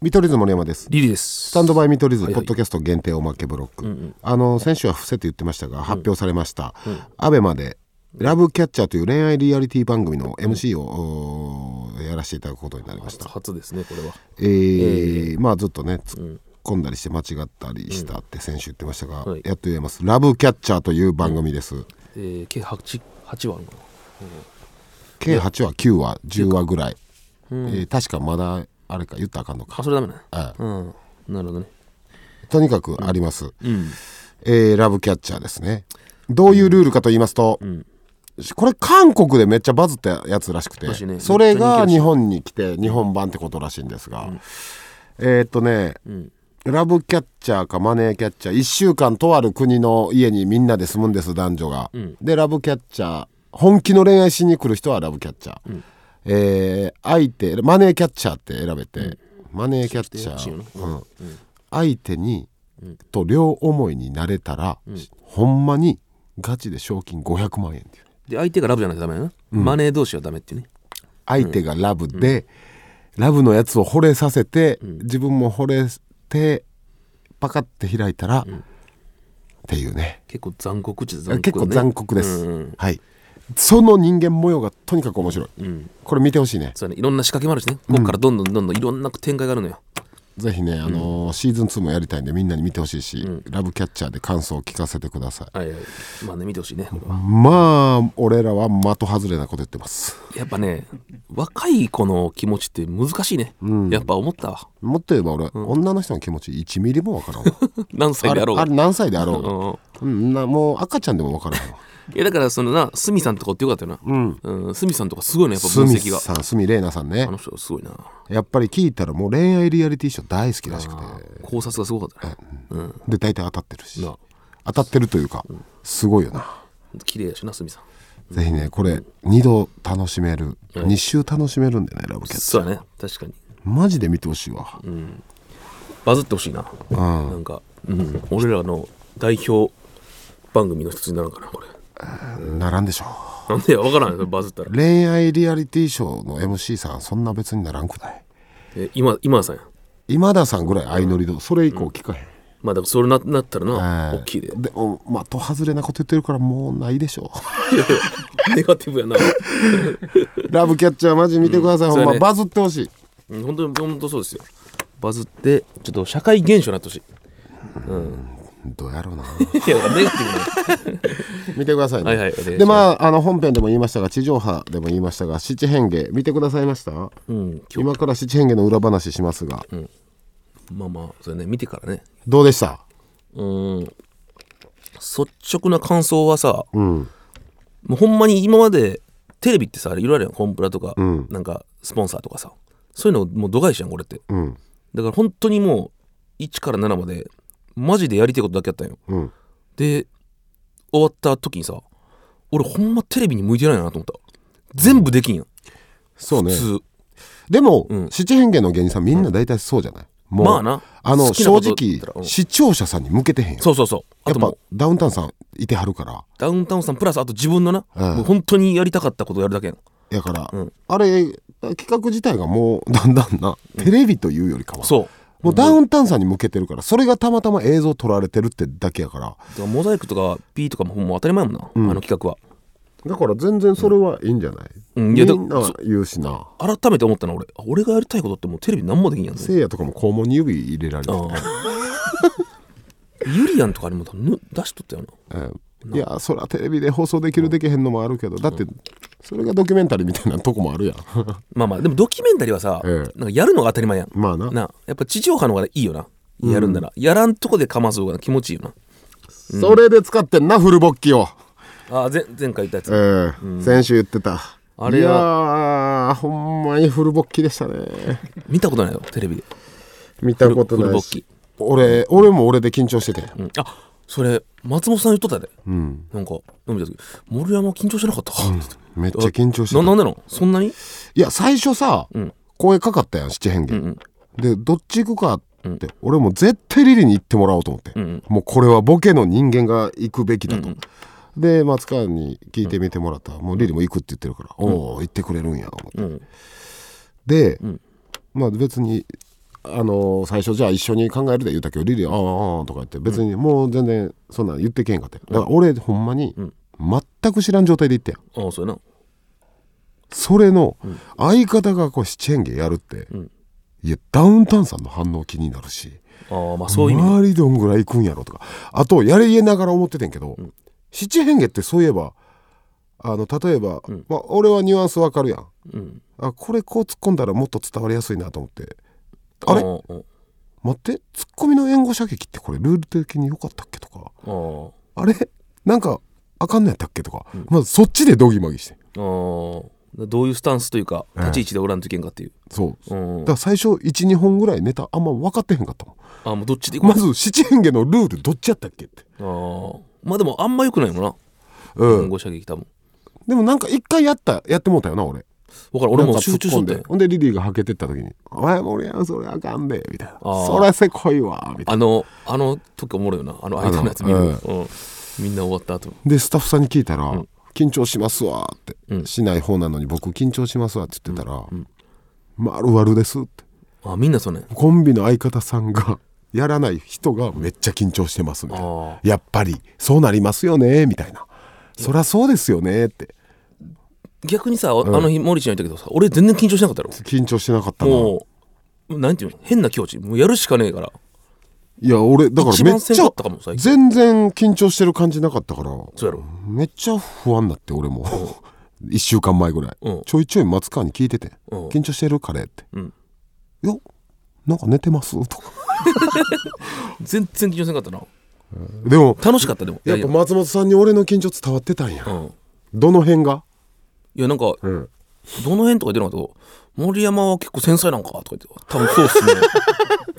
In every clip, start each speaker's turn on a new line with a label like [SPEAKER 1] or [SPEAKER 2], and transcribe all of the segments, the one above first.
[SPEAKER 1] 見取り図森山です
[SPEAKER 2] リリーです
[SPEAKER 1] スタンドバイ見取り図、
[SPEAKER 2] はいは
[SPEAKER 1] ポ
[SPEAKER 2] い
[SPEAKER 1] ッドキャスト限定おまけブロック、あの先週は伏せと言ってましたが発表されました、アベマで「ラブキャッチャー」という恋愛リアリティ番組の MC を、おーやらせていただくことになりました、
[SPEAKER 2] 初ですねこれは
[SPEAKER 1] えーまあずっとね突っ込んだりして間違ったりしたって先週言ってましたが、
[SPEAKER 2] はい
[SPEAKER 1] やっと言えます「ラブキャッチャー」という番組です、
[SPEAKER 2] えー、計 8, 8話あるの
[SPEAKER 1] 計8話9話10話ぐらい、えー確かまだあれか言ったらあかんのか
[SPEAKER 2] あそれダメだね
[SPEAKER 1] あ
[SPEAKER 2] うんなるほどね
[SPEAKER 1] とにかくあります、
[SPEAKER 2] うん
[SPEAKER 1] えーラブキャッチャーですねどういうルールかと言いますと、これ韓国でめっちゃバズったやつらしくて
[SPEAKER 2] らしいね
[SPEAKER 1] それが
[SPEAKER 2] めっちゃ人気らしい
[SPEAKER 1] 日本に来て日本版ってことらしいんですが、えーっとね、ラブキャッチャーかマネーキャッチャー1週間とある国の家にみんなで住むんです男女が、でラブキャッチャー本気の恋愛しに来る人はラブキャッチャー、えー相手マネーキャッチャーって選べて、マネーキャッチャ
[SPEAKER 2] して
[SPEAKER 1] ー
[SPEAKER 2] ほし、い
[SPEAKER 1] うん相手に、と両思いになれたら、ほんまにガチで賞金500万円っていう
[SPEAKER 2] で相手がラブじゃないとダメだな、マネー同士はダメっていうね
[SPEAKER 1] 相手がラブで、ラブのやつを惚れさせて、自分も惚れてパカッて開いたら、っていうね
[SPEAKER 2] 結構残酷っちゃ残
[SPEAKER 1] 結
[SPEAKER 2] 酷
[SPEAKER 1] 構
[SPEAKER 2] よね
[SPEAKER 1] 残酷です、
[SPEAKER 2] うんうん
[SPEAKER 1] はいその人間模様がとにかく面白い、
[SPEAKER 2] ん
[SPEAKER 1] これ見てほしいね
[SPEAKER 2] そうやねいろんな仕掛けもあるしねここからどんどんどんどんいろんな展開があるのよ
[SPEAKER 1] ぜひね、あのーシーズン2もやりたいんでみんなに見てほしいし、ラブキャッチャーで感想を聞かせてください、
[SPEAKER 2] はいはいまあね見てほしいねこれは
[SPEAKER 1] まあ俺らは的外れなこと言ってます
[SPEAKER 2] やっぱね若い子の気持ちって難しいね、やっぱ思ったわ
[SPEAKER 1] もっと言えば俺、女の人の気持ち1ミリもわからんわ
[SPEAKER 2] 何歳
[SPEAKER 1] あ
[SPEAKER 2] で
[SPEAKER 1] れ
[SPEAKER 2] あろうが
[SPEAKER 1] あれ何歳であろうが
[SPEAKER 2] うんうん
[SPEAKER 1] うんなもう赤ちゃんでもわからんわ
[SPEAKER 2] いやだからそのなスミさんとかおってよかったよな
[SPEAKER 1] うん
[SPEAKER 2] うんスミさんとかすごいねやっぱ
[SPEAKER 1] ス
[SPEAKER 2] 分
[SPEAKER 1] ミ
[SPEAKER 2] 析が
[SPEAKER 1] さんスミレイナさんね
[SPEAKER 2] あの人すごいな
[SPEAKER 1] やっぱり聞いたらもう恋愛リアリティショー大好きらしくて
[SPEAKER 2] 考察がすごかったねうん
[SPEAKER 1] で大体当たってるし
[SPEAKER 2] な
[SPEAKER 1] 当たってるというかすごいよな、
[SPEAKER 2] 綺麗やしなスミさん
[SPEAKER 1] ぜひねこれ2度楽しめる、
[SPEAKER 2] う
[SPEAKER 1] 二
[SPEAKER 2] ん
[SPEAKER 1] 2週楽しめるんでねラブキャッチ
[SPEAKER 2] そうやね確かに
[SPEAKER 1] マジで見てほしいわ、
[SPEAKER 2] バズってほしいななんか、うん、俺らの代表番組の一つになるんかなこれ
[SPEAKER 1] ならんでしょ
[SPEAKER 2] なんでや分からんよバズったら
[SPEAKER 1] う恋愛リアリティショーの MC さんそんな別にならんくない
[SPEAKER 2] え今今田さんや
[SPEAKER 1] 今田さんぐらい相乗りとそれ以降聞かへん、
[SPEAKER 2] まあでもそれななったら
[SPEAKER 1] は
[SPEAKER 2] ない大きいで
[SPEAKER 1] でおまあと外れなこと言ってるからもうないでしょ
[SPEAKER 2] ネガティブやな
[SPEAKER 1] うラブキャッチャーマジ見てください、
[SPEAKER 2] うん
[SPEAKER 1] ほんま、
[SPEAKER 2] そうやね
[SPEAKER 1] バズってほしい
[SPEAKER 2] うん本当に本当そうですよバズってちょっと社会現象になってほしい
[SPEAKER 1] どうやろうな
[SPEAKER 2] いやネガティブな
[SPEAKER 1] 見てくださいね
[SPEAKER 2] はいはいお願いします
[SPEAKER 1] でまああの本編でも言いましたが地上波でも言いましたが七変化見てくださいました
[SPEAKER 2] うん
[SPEAKER 1] 今から七変化の裏話しますが、
[SPEAKER 2] まあまあそれね見てからね
[SPEAKER 1] どうでした
[SPEAKER 2] うーん率直な感想はさ
[SPEAKER 1] うん
[SPEAKER 2] もうほんまに今までテレビってさいろいろあるやんコンプラとか、
[SPEAKER 1] ん
[SPEAKER 2] なんかスポンサーとかさそういうのもう度外視やんこれって
[SPEAKER 1] うん
[SPEAKER 2] だから本当にもう1から7までマジでやりたいことだけやったんよ
[SPEAKER 1] うん
[SPEAKER 2] で終わった時にさ俺ほんまテレビに向いてないなと思った全部できんやん
[SPEAKER 1] そうね
[SPEAKER 2] 普通、
[SPEAKER 1] でも、
[SPEAKER 2] ん
[SPEAKER 1] 七変化の芸人さんみんな大体そうじゃない、もう
[SPEAKER 2] まあな
[SPEAKER 1] あの
[SPEAKER 2] 好きな
[SPEAKER 1] 正
[SPEAKER 2] ことだったらう
[SPEAKER 1] 直
[SPEAKER 2] ん
[SPEAKER 1] 視聴者さんに向けてへんよ
[SPEAKER 2] そうそうそうあ
[SPEAKER 1] や
[SPEAKER 2] と
[SPEAKER 1] っ
[SPEAKER 2] も
[SPEAKER 1] ぱ
[SPEAKER 2] う
[SPEAKER 1] ダウンタウンさんいてはるから
[SPEAKER 2] ダウンタウンさんプラスあと自分のな、
[SPEAKER 1] うん
[SPEAKER 2] もう本当にやりたかったことやるだけやん
[SPEAKER 1] やから、
[SPEAKER 2] うん
[SPEAKER 1] あれ企画自体がもうだんだんなテレビというよりかは、
[SPEAKER 2] そう
[SPEAKER 1] もうダウンタウンさんに向けてるからそれがたまたま映像撮られてるってだけやから
[SPEAKER 2] だからモザイクとか P とかももう当たり前やもんな、あの企画は
[SPEAKER 1] だから全然それはいいんじゃない、
[SPEAKER 2] うんいやだ
[SPEAKER 1] みんな言うしな
[SPEAKER 2] 改めて思ったの俺あ俺がやりたいことってもうテレビ何もできんやんね
[SPEAKER 1] せいやとかも肛門に指入れられて
[SPEAKER 2] あ
[SPEAKER 1] る、
[SPEAKER 2] ーユリアンとかにもぬ出しとったよな
[SPEAKER 1] うんいやそらテレビで放送できるできへんのもあるけどだってそれがドキュメンタリーみたいなとこもあるやん
[SPEAKER 2] まあまあでもドキュメンタリーはさ、
[SPEAKER 1] ええ
[SPEAKER 2] なんかやるのが当たり前やん
[SPEAKER 1] まあな
[SPEAKER 2] なやっぱ地上波の方がいいよなやるんなら、やらんとこでかます方が気持ちいいよ
[SPEAKER 1] それで使ってんなフルボッキを、
[SPEAKER 2] なあーぜ前回言ったやつ、
[SPEAKER 1] えー先週言ってた
[SPEAKER 2] あれ
[SPEAKER 1] いやーほんまにフルボッキでしたね
[SPEAKER 2] 見たことないよテレビで、
[SPEAKER 1] 見たこと
[SPEAKER 2] フルフル
[SPEAKER 1] な
[SPEAKER 2] ボ
[SPEAKER 1] い
[SPEAKER 2] ッキ
[SPEAKER 1] し俺俺も俺で緊張してて
[SPEAKER 2] うん、あそれ松本さん言っとったで、
[SPEAKER 1] うん
[SPEAKER 2] なんか飲みた時森山緊張してなかったか、って
[SPEAKER 1] めっちゃ緊張して
[SPEAKER 2] な
[SPEAKER 1] た
[SPEAKER 2] なんでなのそんなに
[SPEAKER 1] いや最初さ、声かかったやん七変化、でどっち行くかって、俺もう絶対リリーに行ってもらおうと思って、
[SPEAKER 2] ん
[SPEAKER 1] もうこれはボケの人間が行くべきだと、で松川に聞いてみてもらったら、もうリリーも行くって言ってるから、おお行ってくれるんや思って、
[SPEAKER 2] うん
[SPEAKER 1] で、まあ別にあの最初じゃあ一緒に考えるで言うたけどリリーああああとか言って別にもう全然そんなん言ってけへんかってだから俺ほんまに全く知らん状態で言ってやん
[SPEAKER 2] ああそうやな
[SPEAKER 1] それの相方がこう七変化やるって、
[SPEAKER 2] ん
[SPEAKER 1] いやダウンタウンさんの反応気になるし
[SPEAKER 2] ああまあそういう意味
[SPEAKER 1] 周りどんぐらい行くんやろとかあとやれ言えながら思っててんけど、七変化ってそういえばあの例えば、まあ、俺はニュアンスわかるやん
[SPEAKER 2] うん
[SPEAKER 1] あこれこう突っ込んだらもっと伝わりやすいなと思って
[SPEAKER 2] あ
[SPEAKER 1] あれ
[SPEAKER 2] ああ
[SPEAKER 1] 待ってツッコミの援護射撃ってこれルール的に良かったっけとか
[SPEAKER 2] ああ
[SPEAKER 1] あれなんかあかんのやったっけとか、まずそっちでドギマギして
[SPEAKER 2] あーどういうスタンスというか立ち位置でおらんといけんかっていう、
[SPEAKER 1] そう、
[SPEAKER 2] うん
[SPEAKER 1] だから最初12本ぐらいネタあんま分かってへんかったもん
[SPEAKER 2] あーもうどっちでいこう
[SPEAKER 1] まず七変化のルールどっちやったっけって、
[SPEAKER 2] あーまあでもあんまよくないもんな
[SPEAKER 1] う
[SPEAKER 2] 援
[SPEAKER 1] ん、
[SPEAKER 2] 護射撃多分
[SPEAKER 1] でもなんか一回やったやってもうたよな俺
[SPEAKER 2] 分からん俺
[SPEAKER 1] な
[SPEAKER 2] も
[SPEAKER 1] んか突
[SPEAKER 2] 集
[SPEAKER 1] っ
[SPEAKER 2] 中
[SPEAKER 1] 込
[SPEAKER 2] し
[SPEAKER 1] ん
[SPEAKER 2] とった
[SPEAKER 1] で
[SPEAKER 2] よ
[SPEAKER 1] ほんでリリーがはけてった時に「お前も俺やんそれあかんで」みたいな「
[SPEAKER 2] あー
[SPEAKER 1] そりゃせこいわ」みたい
[SPEAKER 2] あのあの時おもろいよなあの相手のやつ見る
[SPEAKER 1] あ
[SPEAKER 2] う
[SPEAKER 1] の
[SPEAKER 2] ん、みんな終わった後
[SPEAKER 1] なでスタッフさんに聞いたら「緊張しますわ」って、しない方なのに僕緊張しますわ」って言ってたら「まるわるです」って
[SPEAKER 2] あみんなそうね
[SPEAKER 1] コンビの相方さんがやらない人がめっちゃ緊張してますみたいな
[SPEAKER 2] あ
[SPEAKER 1] やっぱりそうなりますよねみたいなそりゃそうですよねって
[SPEAKER 2] 逆にさ、あの日森ちゃん言ったけどさ俺全然緊張しなかったろ
[SPEAKER 1] 緊張してなかったな
[SPEAKER 2] もうなんていうの変な境地もうやるしかねえから
[SPEAKER 1] いや俺だから
[SPEAKER 2] 一
[SPEAKER 1] めっ
[SPEAKER 2] 番せん
[SPEAKER 1] ち
[SPEAKER 2] か
[SPEAKER 1] ゃ
[SPEAKER 2] ったかも最
[SPEAKER 1] 全
[SPEAKER 2] 近
[SPEAKER 1] 然緊張してる感じなかったから
[SPEAKER 2] そうやろ
[SPEAKER 1] めっちゃ不安になって俺も 1週間前ぐらい、
[SPEAKER 2] うん
[SPEAKER 1] ちょいちょい松川に聞いてて「
[SPEAKER 2] うん
[SPEAKER 1] 緊張してる彼」って「
[SPEAKER 2] ん
[SPEAKER 1] いやなんか寝てます」とか
[SPEAKER 2] 全然緊張せんかったな
[SPEAKER 1] でも
[SPEAKER 2] 楽しかったでも
[SPEAKER 1] やっ
[SPEAKER 2] い
[SPEAKER 1] ぱ
[SPEAKER 2] い
[SPEAKER 1] 松本さんに俺の緊張伝わってたんや、
[SPEAKER 2] うん、い
[SPEAKER 1] どの辺が、
[SPEAKER 2] やなんか、どの辺とか出なかったけど森山は結構繊細なんかとか言って多分そうっすね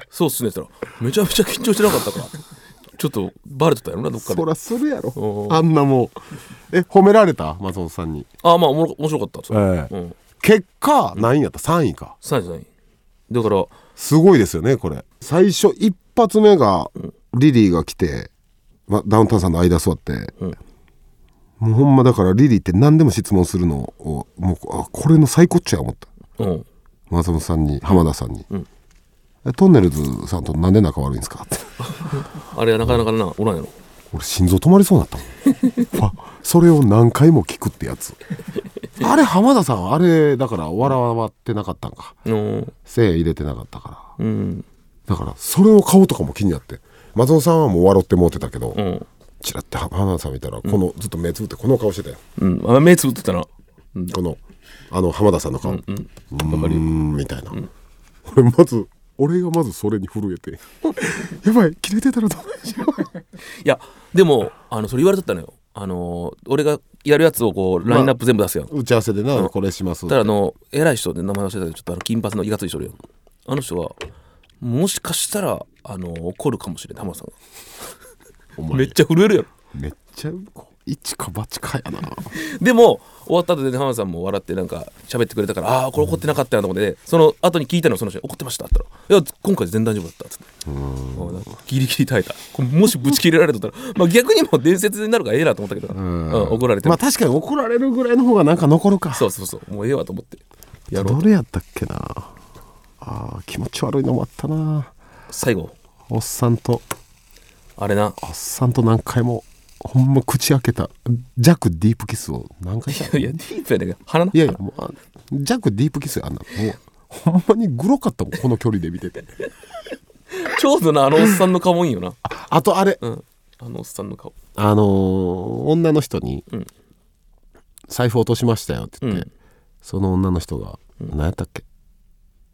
[SPEAKER 2] そうっすねって言ったらめちゃめちゃ緊張してなかったからちょっとバレてたやろなどっかで
[SPEAKER 1] そらするやろ
[SPEAKER 2] うん
[SPEAKER 1] あんなもうえ褒められた松本さんに、
[SPEAKER 2] ああまあおもろ面白かったっす、うん
[SPEAKER 1] 結果何位やった3位か
[SPEAKER 2] 3位じゃないだから
[SPEAKER 1] すごいですよねこれ最初一発目がリリーが来て、ま、ダウンタウンさんの間座って、
[SPEAKER 2] うん
[SPEAKER 1] もうほんまだからリリーって何でも質問するのをもうあこれの最高っちゃ思った
[SPEAKER 2] うん
[SPEAKER 1] 松本さんに浜田さんに、
[SPEAKER 2] うん
[SPEAKER 1] えトンネルズさんとなんで仲悪いんですか?」って
[SPEAKER 2] あれはなかなかなおらんやろ
[SPEAKER 1] 俺心臓止まりそうになったも んわそれを何回も聞くってやつあれ浜田さんあれだから笑わってなかったんか
[SPEAKER 2] うん
[SPEAKER 1] 線入れてなかったから
[SPEAKER 2] うん
[SPEAKER 1] だからそれを買おうとかも気になって松本さんはもう笑ってもうてたけど、
[SPEAKER 2] うん
[SPEAKER 1] チラッて浜田さん見たらこの、ずっと目つぶってこの顔してたよ、
[SPEAKER 2] うんあ目つぶってたな
[SPEAKER 1] このあの浜田さんの顔、うーんみたいな、俺まず俺がまずそれに震え てやばい切れてたらどうしよう
[SPEAKER 2] いやでもあのそれ言われとったのよあの俺がやるやつをこうラインナップ全部出すやん、
[SPEAKER 1] 打ち合わせでな、これします
[SPEAKER 2] ただあの偉い人で名前忘れたけどちょっとあの金髪のいかつい人おるよあの人がもしかしたらあの怒るかもしれない浜田さん
[SPEAKER 1] お
[SPEAKER 2] がめ
[SPEAKER 1] 前
[SPEAKER 2] っちゃ震えるやろ
[SPEAKER 1] めっちゃこう一か八かやな
[SPEAKER 2] でも終わった後で浜田さんも笑ってなんか喋ってくれたからああーこれ怒ってなかったなと思ってその後に聞いたのその人に怒ってましたって言ったら「いや今回全然大丈夫だった」っつってうんなんかギリギリ耐えたこれもしぶち切れられとったら、まあ、逆にもう伝説になるからええなと思ったけど、うん怒られて、
[SPEAKER 1] まあ確かに怒られるぐらいの方がなんか残るか
[SPEAKER 2] そうそうそうもうええわと思ってやろう
[SPEAKER 1] どれやったっけなあー気持ち悪いのもあったな
[SPEAKER 2] 最後
[SPEAKER 1] おっさんと
[SPEAKER 2] あれな
[SPEAKER 1] おっさんと何回もほんま口開けた弱ディープキスを何回した
[SPEAKER 2] いやディープやねんけど鼻ない
[SPEAKER 1] やいやもうあ弱ディープキスやあんなのもうほんまにグロか ったもんこの距離で見てて
[SPEAKER 2] ちょうどなあのおっさんの顔いいよな
[SPEAKER 1] ああとあれ
[SPEAKER 2] うんあのおっさんの顔
[SPEAKER 1] あのー女の人に、
[SPEAKER 2] うん
[SPEAKER 1] 財布落としましたよ」って言って、
[SPEAKER 2] うん
[SPEAKER 1] その女の人が、何やったっけ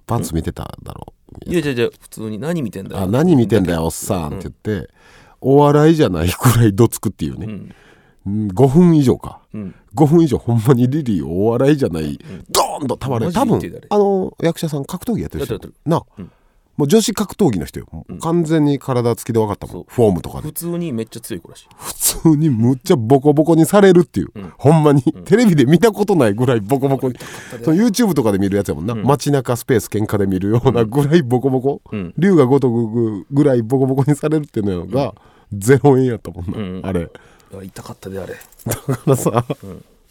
[SPEAKER 1] パンツ見てただろう、
[SPEAKER 2] いやいやいや普通に何見てんだよ
[SPEAKER 1] あ何見てんだよおっさんって言って、お笑いじゃないくらいどつくっていうね、
[SPEAKER 2] ん
[SPEAKER 1] うん5分以上か、
[SPEAKER 2] うん
[SPEAKER 1] 5分以上ほんまにリリーをお笑いじゃない、ドーンとたまる
[SPEAKER 2] マジで
[SPEAKER 1] 多分
[SPEAKER 2] 言ってたね
[SPEAKER 1] あの役者さん格闘技やってる人
[SPEAKER 2] やってるや
[SPEAKER 1] なあ、もう女子格闘技の人よ、完全に体つきで分かったも
[SPEAKER 2] そ
[SPEAKER 1] ん
[SPEAKER 2] う
[SPEAKER 1] フォームとかで
[SPEAKER 2] 普通にめっちゃ強い子らしい
[SPEAKER 1] 普通にむっちゃボコボコにされるっていう、ほんまに、テレビで見たことないぐらいボコボコにその YouTube とかで見るやつやもんな、街中スペース喧嘩で見るようなぐらいボコボコ、
[SPEAKER 2] ん
[SPEAKER 1] 龍が如くぐらいボコボコにされるっていうのが、0円やったもんな、あれ
[SPEAKER 2] いや痛かったであれ
[SPEAKER 1] だからさ、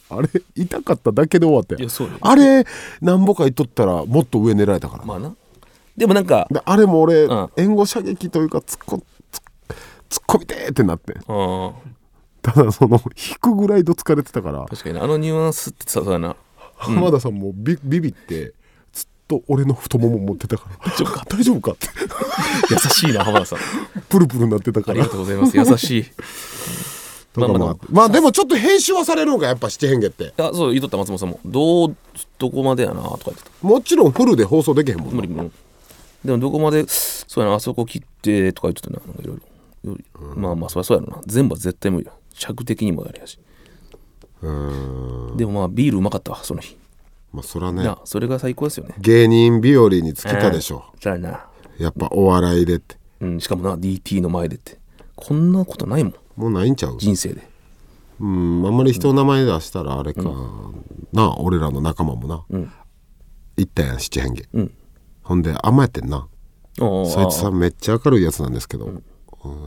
[SPEAKER 1] あれ痛かっただけで終わって
[SPEAKER 2] いやそうよ
[SPEAKER 1] あれなんぼか言っとったらもっと上狙えたから、
[SPEAKER 2] まあなでもなんか
[SPEAKER 1] であれも俺、
[SPEAKER 2] ん
[SPEAKER 1] 援護射撃というか突っこ突っ突っ込みてーってなって
[SPEAKER 2] うん
[SPEAKER 1] ただその引くぐらいどつかれてたから、
[SPEAKER 2] 確かにねあのニュアンスってさそうだな
[SPEAKER 1] 浜田さんもビビビってずっと俺の太もも持ってたから大丈夫か大丈夫かって
[SPEAKER 2] 優しいな浜田さん
[SPEAKER 1] プルプルになってた
[SPEAKER 2] あ
[SPEAKER 1] か
[SPEAKER 2] りが
[SPEAKER 1] ら
[SPEAKER 2] とうございます優し い
[SPEAKER 1] とかもあってまあでもちょっと編集はされるんかやっぱ七変化って
[SPEAKER 2] あそう言いとった松本さんもどうどこまでやなとか言ってた
[SPEAKER 1] もちろんフルで放送できへんもん
[SPEAKER 2] 無理無理でもどこまでそうやなあそこ切ってとか言ってたななんかいろいろまあまあそりゃそうやろな全部は絶対無理だ尺的にもやりやし
[SPEAKER 1] うん
[SPEAKER 2] でもまあビールうまかったわその日
[SPEAKER 1] まあそら
[SPEAKER 2] な
[SPEAKER 1] ね
[SPEAKER 2] あそれが最高ですよね
[SPEAKER 1] 芸人日和に尽きたでしょ、
[SPEAKER 2] じゃあな
[SPEAKER 1] やっぱお笑いでって
[SPEAKER 2] うんしかもな DT の前でってこんなことないもん
[SPEAKER 1] もうないんちゃう
[SPEAKER 2] 人生で
[SPEAKER 1] うんあんまり人の名前出したらあれか、なあ俺らの仲間もな、行ったやん七変化、
[SPEAKER 2] うん
[SPEAKER 1] ほんで甘えてんな
[SPEAKER 2] ああ
[SPEAKER 1] そいつさんめっちゃ明るいやつなんですけど、うん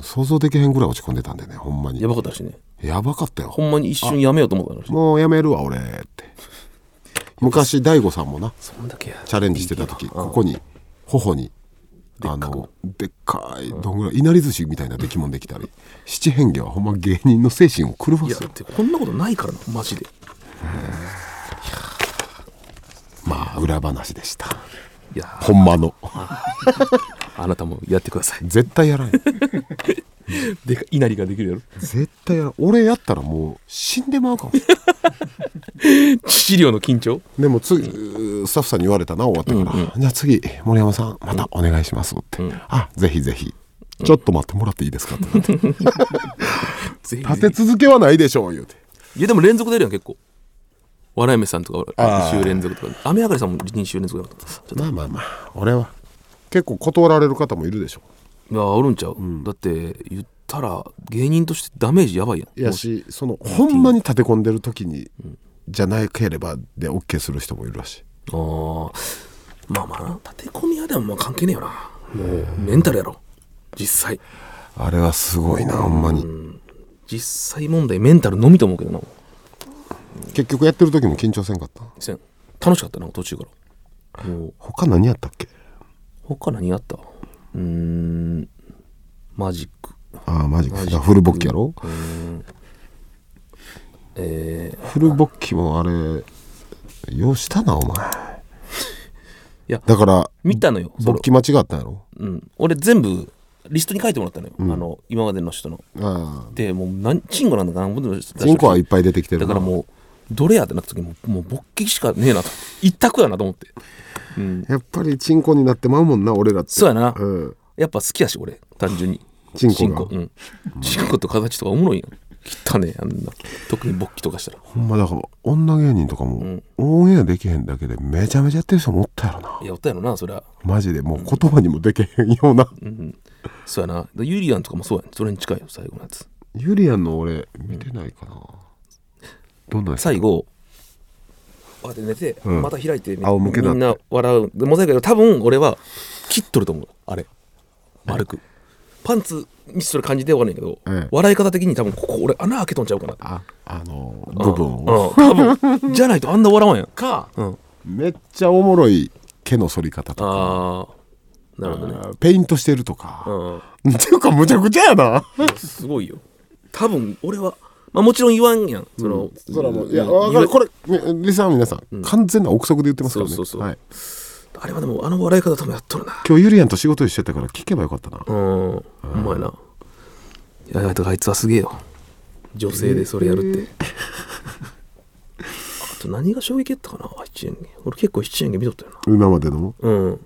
[SPEAKER 1] 想像できへんぐらい落ち込んでたんでねほんまに
[SPEAKER 2] やばかったらしいね
[SPEAKER 1] やばかったよ
[SPEAKER 2] ほんまに一瞬やめようと思ったらしい
[SPEAKER 1] もうやめるわ俺って昔大悟さんもな
[SPEAKER 2] そんだけや
[SPEAKER 1] チャレンジしてた時ここに頬にあ
[SPEAKER 2] かく
[SPEAKER 1] のでっかいどんぐらいいなり寿司みたいな出来物できたり七変化はほんま芸人の精神を狂わ
[SPEAKER 2] いや
[SPEAKER 1] す
[SPEAKER 2] だ
[SPEAKER 1] よ
[SPEAKER 2] ってこんなことないからなマジで
[SPEAKER 1] まあ裏話でした
[SPEAKER 2] いや
[SPEAKER 1] ほんまの
[SPEAKER 2] あなたもやってください
[SPEAKER 1] 絶対やらんよ
[SPEAKER 2] でかいなりができるやろ
[SPEAKER 1] 絶対やらん俺やったらもう死んでまうかもしれん
[SPEAKER 2] 致死量の緊張
[SPEAKER 1] でも次スタッフさんに言われたな終わってから、じゃあ次森山さんまたお願いしますって、あぜひぜひちょっと待ってもらっていいですかってなって
[SPEAKER 2] ぜひぜひ
[SPEAKER 1] 立て続けはないでしょう言うて
[SPEAKER 2] いやでも連続出るやん結構笑い飯さんとか
[SPEAKER 1] あー
[SPEAKER 2] 2週連続とか雨上がりさんも2週連続だったちょっと
[SPEAKER 1] まあまあまあ俺は結構断られる方もいるでしょ
[SPEAKER 2] いやおるんちゃう、だって言ったら芸人としてダメージやばいやん
[SPEAKER 1] いやしそのほんまに立て込んでる時に、じゃなければで OK する人もいるらしい
[SPEAKER 2] あーまあまあな立て込みはでもまあ関係ねえよなもうメンタルやろ実際
[SPEAKER 1] あれはすごいなほんまに、
[SPEAKER 2] 実際問題メンタルのみと思うけどな
[SPEAKER 1] 結局やってる時も緊張せんかった
[SPEAKER 2] せん楽しかったな途中からもう
[SPEAKER 1] 他何やったっけ
[SPEAKER 2] 他何あったうーんマジック
[SPEAKER 1] ああマジかだからフルボッキやろ
[SPEAKER 2] えー、
[SPEAKER 1] フルボッキもあれようしたなお前
[SPEAKER 2] いや
[SPEAKER 1] だから
[SPEAKER 2] 見たのよそ
[SPEAKER 1] ボ
[SPEAKER 2] れ
[SPEAKER 1] ッキ間違ったんやろ
[SPEAKER 2] うん、俺全部リストに書いてもらったのよ、あの今までの人の
[SPEAKER 1] あ
[SPEAKER 2] でもう何チンコなんだか何本でも出して
[SPEAKER 1] あ人口はいっぱい出てきてる
[SPEAKER 2] だ
[SPEAKER 1] な
[SPEAKER 2] からもうどれやってなった時もうもう勃起しかねえなと一択やなと思って、うん、
[SPEAKER 1] やっぱりチンコになってまうもんな俺らって
[SPEAKER 2] そうやな、
[SPEAKER 1] うん
[SPEAKER 2] やっぱ好きやし俺単純に
[SPEAKER 1] チンコが
[SPEAKER 2] うん、チンコと形とかおもろいやん汚ねえあんな特に勃起とかしたら
[SPEAKER 1] ほんまだから女芸人とかも
[SPEAKER 2] ん
[SPEAKER 1] オンエアできへんだけでめちゃめちゃやってる人もおったやろない
[SPEAKER 2] やおったやろなそりゃ
[SPEAKER 1] マジでもう言葉にもできへんような
[SPEAKER 2] そうやなでユリアンとかもそうやんそれに近いよ最後のやつ
[SPEAKER 1] ユリアンの俺見てないかなどんなやつ
[SPEAKER 2] 最後あで寝て、
[SPEAKER 1] うん
[SPEAKER 2] また開いてみ
[SPEAKER 1] 仰向けだって
[SPEAKER 2] みんな笑うでモザイクやけど多分俺は切っとると思うあれ丸くパンツミスする感じではないけど、
[SPEAKER 1] ええ
[SPEAKER 2] 笑い方的に多分ここ俺穴開けとんちゃうかな
[SPEAKER 1] ああの部分
[SPEAKER 2] うん、
[SPEAKER 1] を
[SPEAKER 2] 多分じゃないとあんな笑わんやん
[SPEAKER 1] か
[SPEAKER 2] うん
[SPEAKER 1] めっちゃおもろい毛の剃り方とか
[SPEAKER 2] ああなるほどね
[SPEAKER 1] あーペイントしてるとか、
[SPEAKER 2] うん
[SPEAKER 1] っていうかむちゃくちゃやな
[SPEAKER 2] すごいよ多分俺はまあもちろん言わんやんその、
[SPEAKER 1] そらもういやわかるこれみリスナーの皆さん、完全な憶測で言ってますからね
[SPEAKER 2] そうそうそう
[SPEAKER 1] はい、
[SPEAKER 2] あれはでもあの笑い方多分やっとるな
[SPEAKER 1] 今日ゆりやんと仕事一緒やったから聞けばよかったな、
[SPEAKER 2] うんうまいないやだからあいつはすげえよ女性でそれやるって、あと何が衝撃やったかな七変化俺結構七変化見とったよな
[SPEAKER 1] 今までの
[SPEAKER 2] うん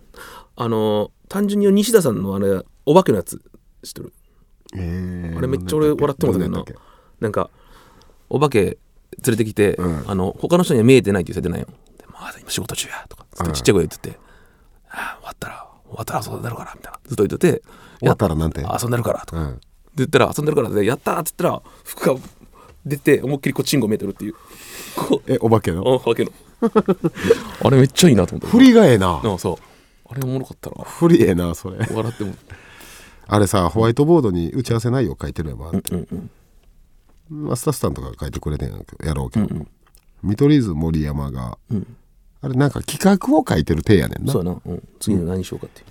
[SPEAKER 2] あの単純に西田さんのあれお化けのやつ知っとる
[SPEAKER 1] えー
[SPEAKER 2] あれめっちゃ俺笑ってもらった
[SPEAKER 1] ど
[SPEAKER 2] けどなん
[SPEAKER 1] んなんやっ
[SPEAKER 2] なんかお化け連れてきて、
[SPEAKER 1] うん
[SPEAKER 2] あの他の人には見えてないって言ってたやんでまだ今仕事中やとかずっとちっちゃい声で言ってて、ああ終わったら終わったら遊んでるからみたいなずっと言ってて
[SPEAKER 1] 終わったらなんて
[SPEAKER 2] や遊んでるからとか、
[SPEAKER 1] う
[SPEAKER 2] って
[SPEAKER 1] ん
[SPEAKER 2] 言ったら遊んでるからでやったーって言ったら服が出て思いっきりこうチンコ見えてるっていうこう
[SPEAKER 1] えお化けの
[SPEAKER 2] あわけの あれめっちゃいいなと思って
[SPEAKER 1] 振りがええな
[SPEAKER 2] なあそうあれおもろかったな
[SPEAKER 1] 振りええなそれ
[SPEAKER 2] 笑っても
[SPEAKER 1] あれさホワイトボードに打ち合わせ内容書いてるやばって、
[SPEAKER 2] うんうん
[SPEAKER 1] まあ、スタッフさんとかが書いてくれてんやけどやろうけど、見取り図森山が、あれなんか企画を書いてる体やねんな
[SPEAKER 2] そうやな、うん、次の何しようかっていう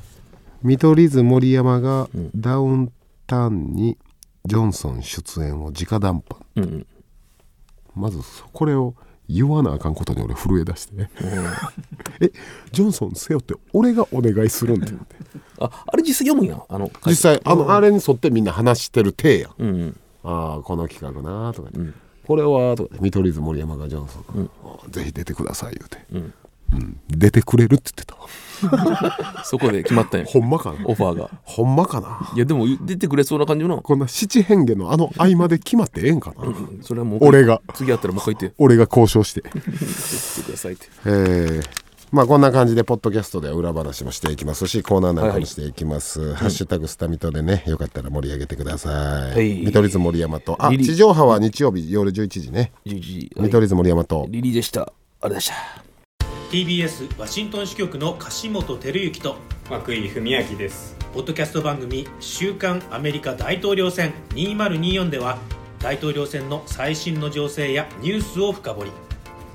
[SPEAKER 1] 見取り図森山がダウンタウンにジョンソン出演を直談判、
[SPEAKER 2] うんうん
[SPEAKER 1] まずそこれを言わなあかんことに俺 震え出してねえジョンソンせよって俺がお願いするんだよって
[SPEAKER 2] ああれ実際読むんやあの
[SPEAKER 1] 実際あのあれに沿ってみんな話してる体やん、
[SPEAKER 2] うんうん
[SPEAKER 1] ああこの企画なあとか言って、これはとか言って見取り図森山がジョンソン、ぜひ出てください言うて、うん出てくれるって言ってたわ
[SPEAKER 2] そこで決まったんや
[SPEAKER 1] ほんまかな
[SPEAKER 2] オファーが
[SPEAKER 1] ほんまかない
[SPEAKER 2] やでも出てくれそうな感じの
[SPEAKER 1] こんな七変化のあの合間で決まってええんかな、
[SPEAKER 2] それはもう
[SPEAKER 1] 俺が
[SPEAKER 2] 次会ったらもう一回言って
[SPEAKER 1] 俺が交渉して
[SPEAKER 2] 言ってくださいって
[SPEAKER 1] えーまあこんな感じでポッドキャストでは裏話もしていきますしコーナーなんかもしていきます、ハッシュタグスタミトでねよかったら盛り上げてください、
[SPEAKER 2] はい
[SPEAKER 1] 見取り図森山とあ
[SPEAKER 2] リリ
[SPEAKER 1] 地上波は日曜日夜11時ね
[SPEAKER 2] じじ
[SPEAKER 1] 見取り図森山と
[SPEAKER 2] リリーでしたあれでした
[SPEAKER 3] TBS ワシントン支局の樫本照之と
[SPEAKER 4] 涌井文明です
[SPEAKER 3] ポッドキャスト番組「週刊アメリカ大統領選2024」では大統領選の最新の情勢やニュースを深掘り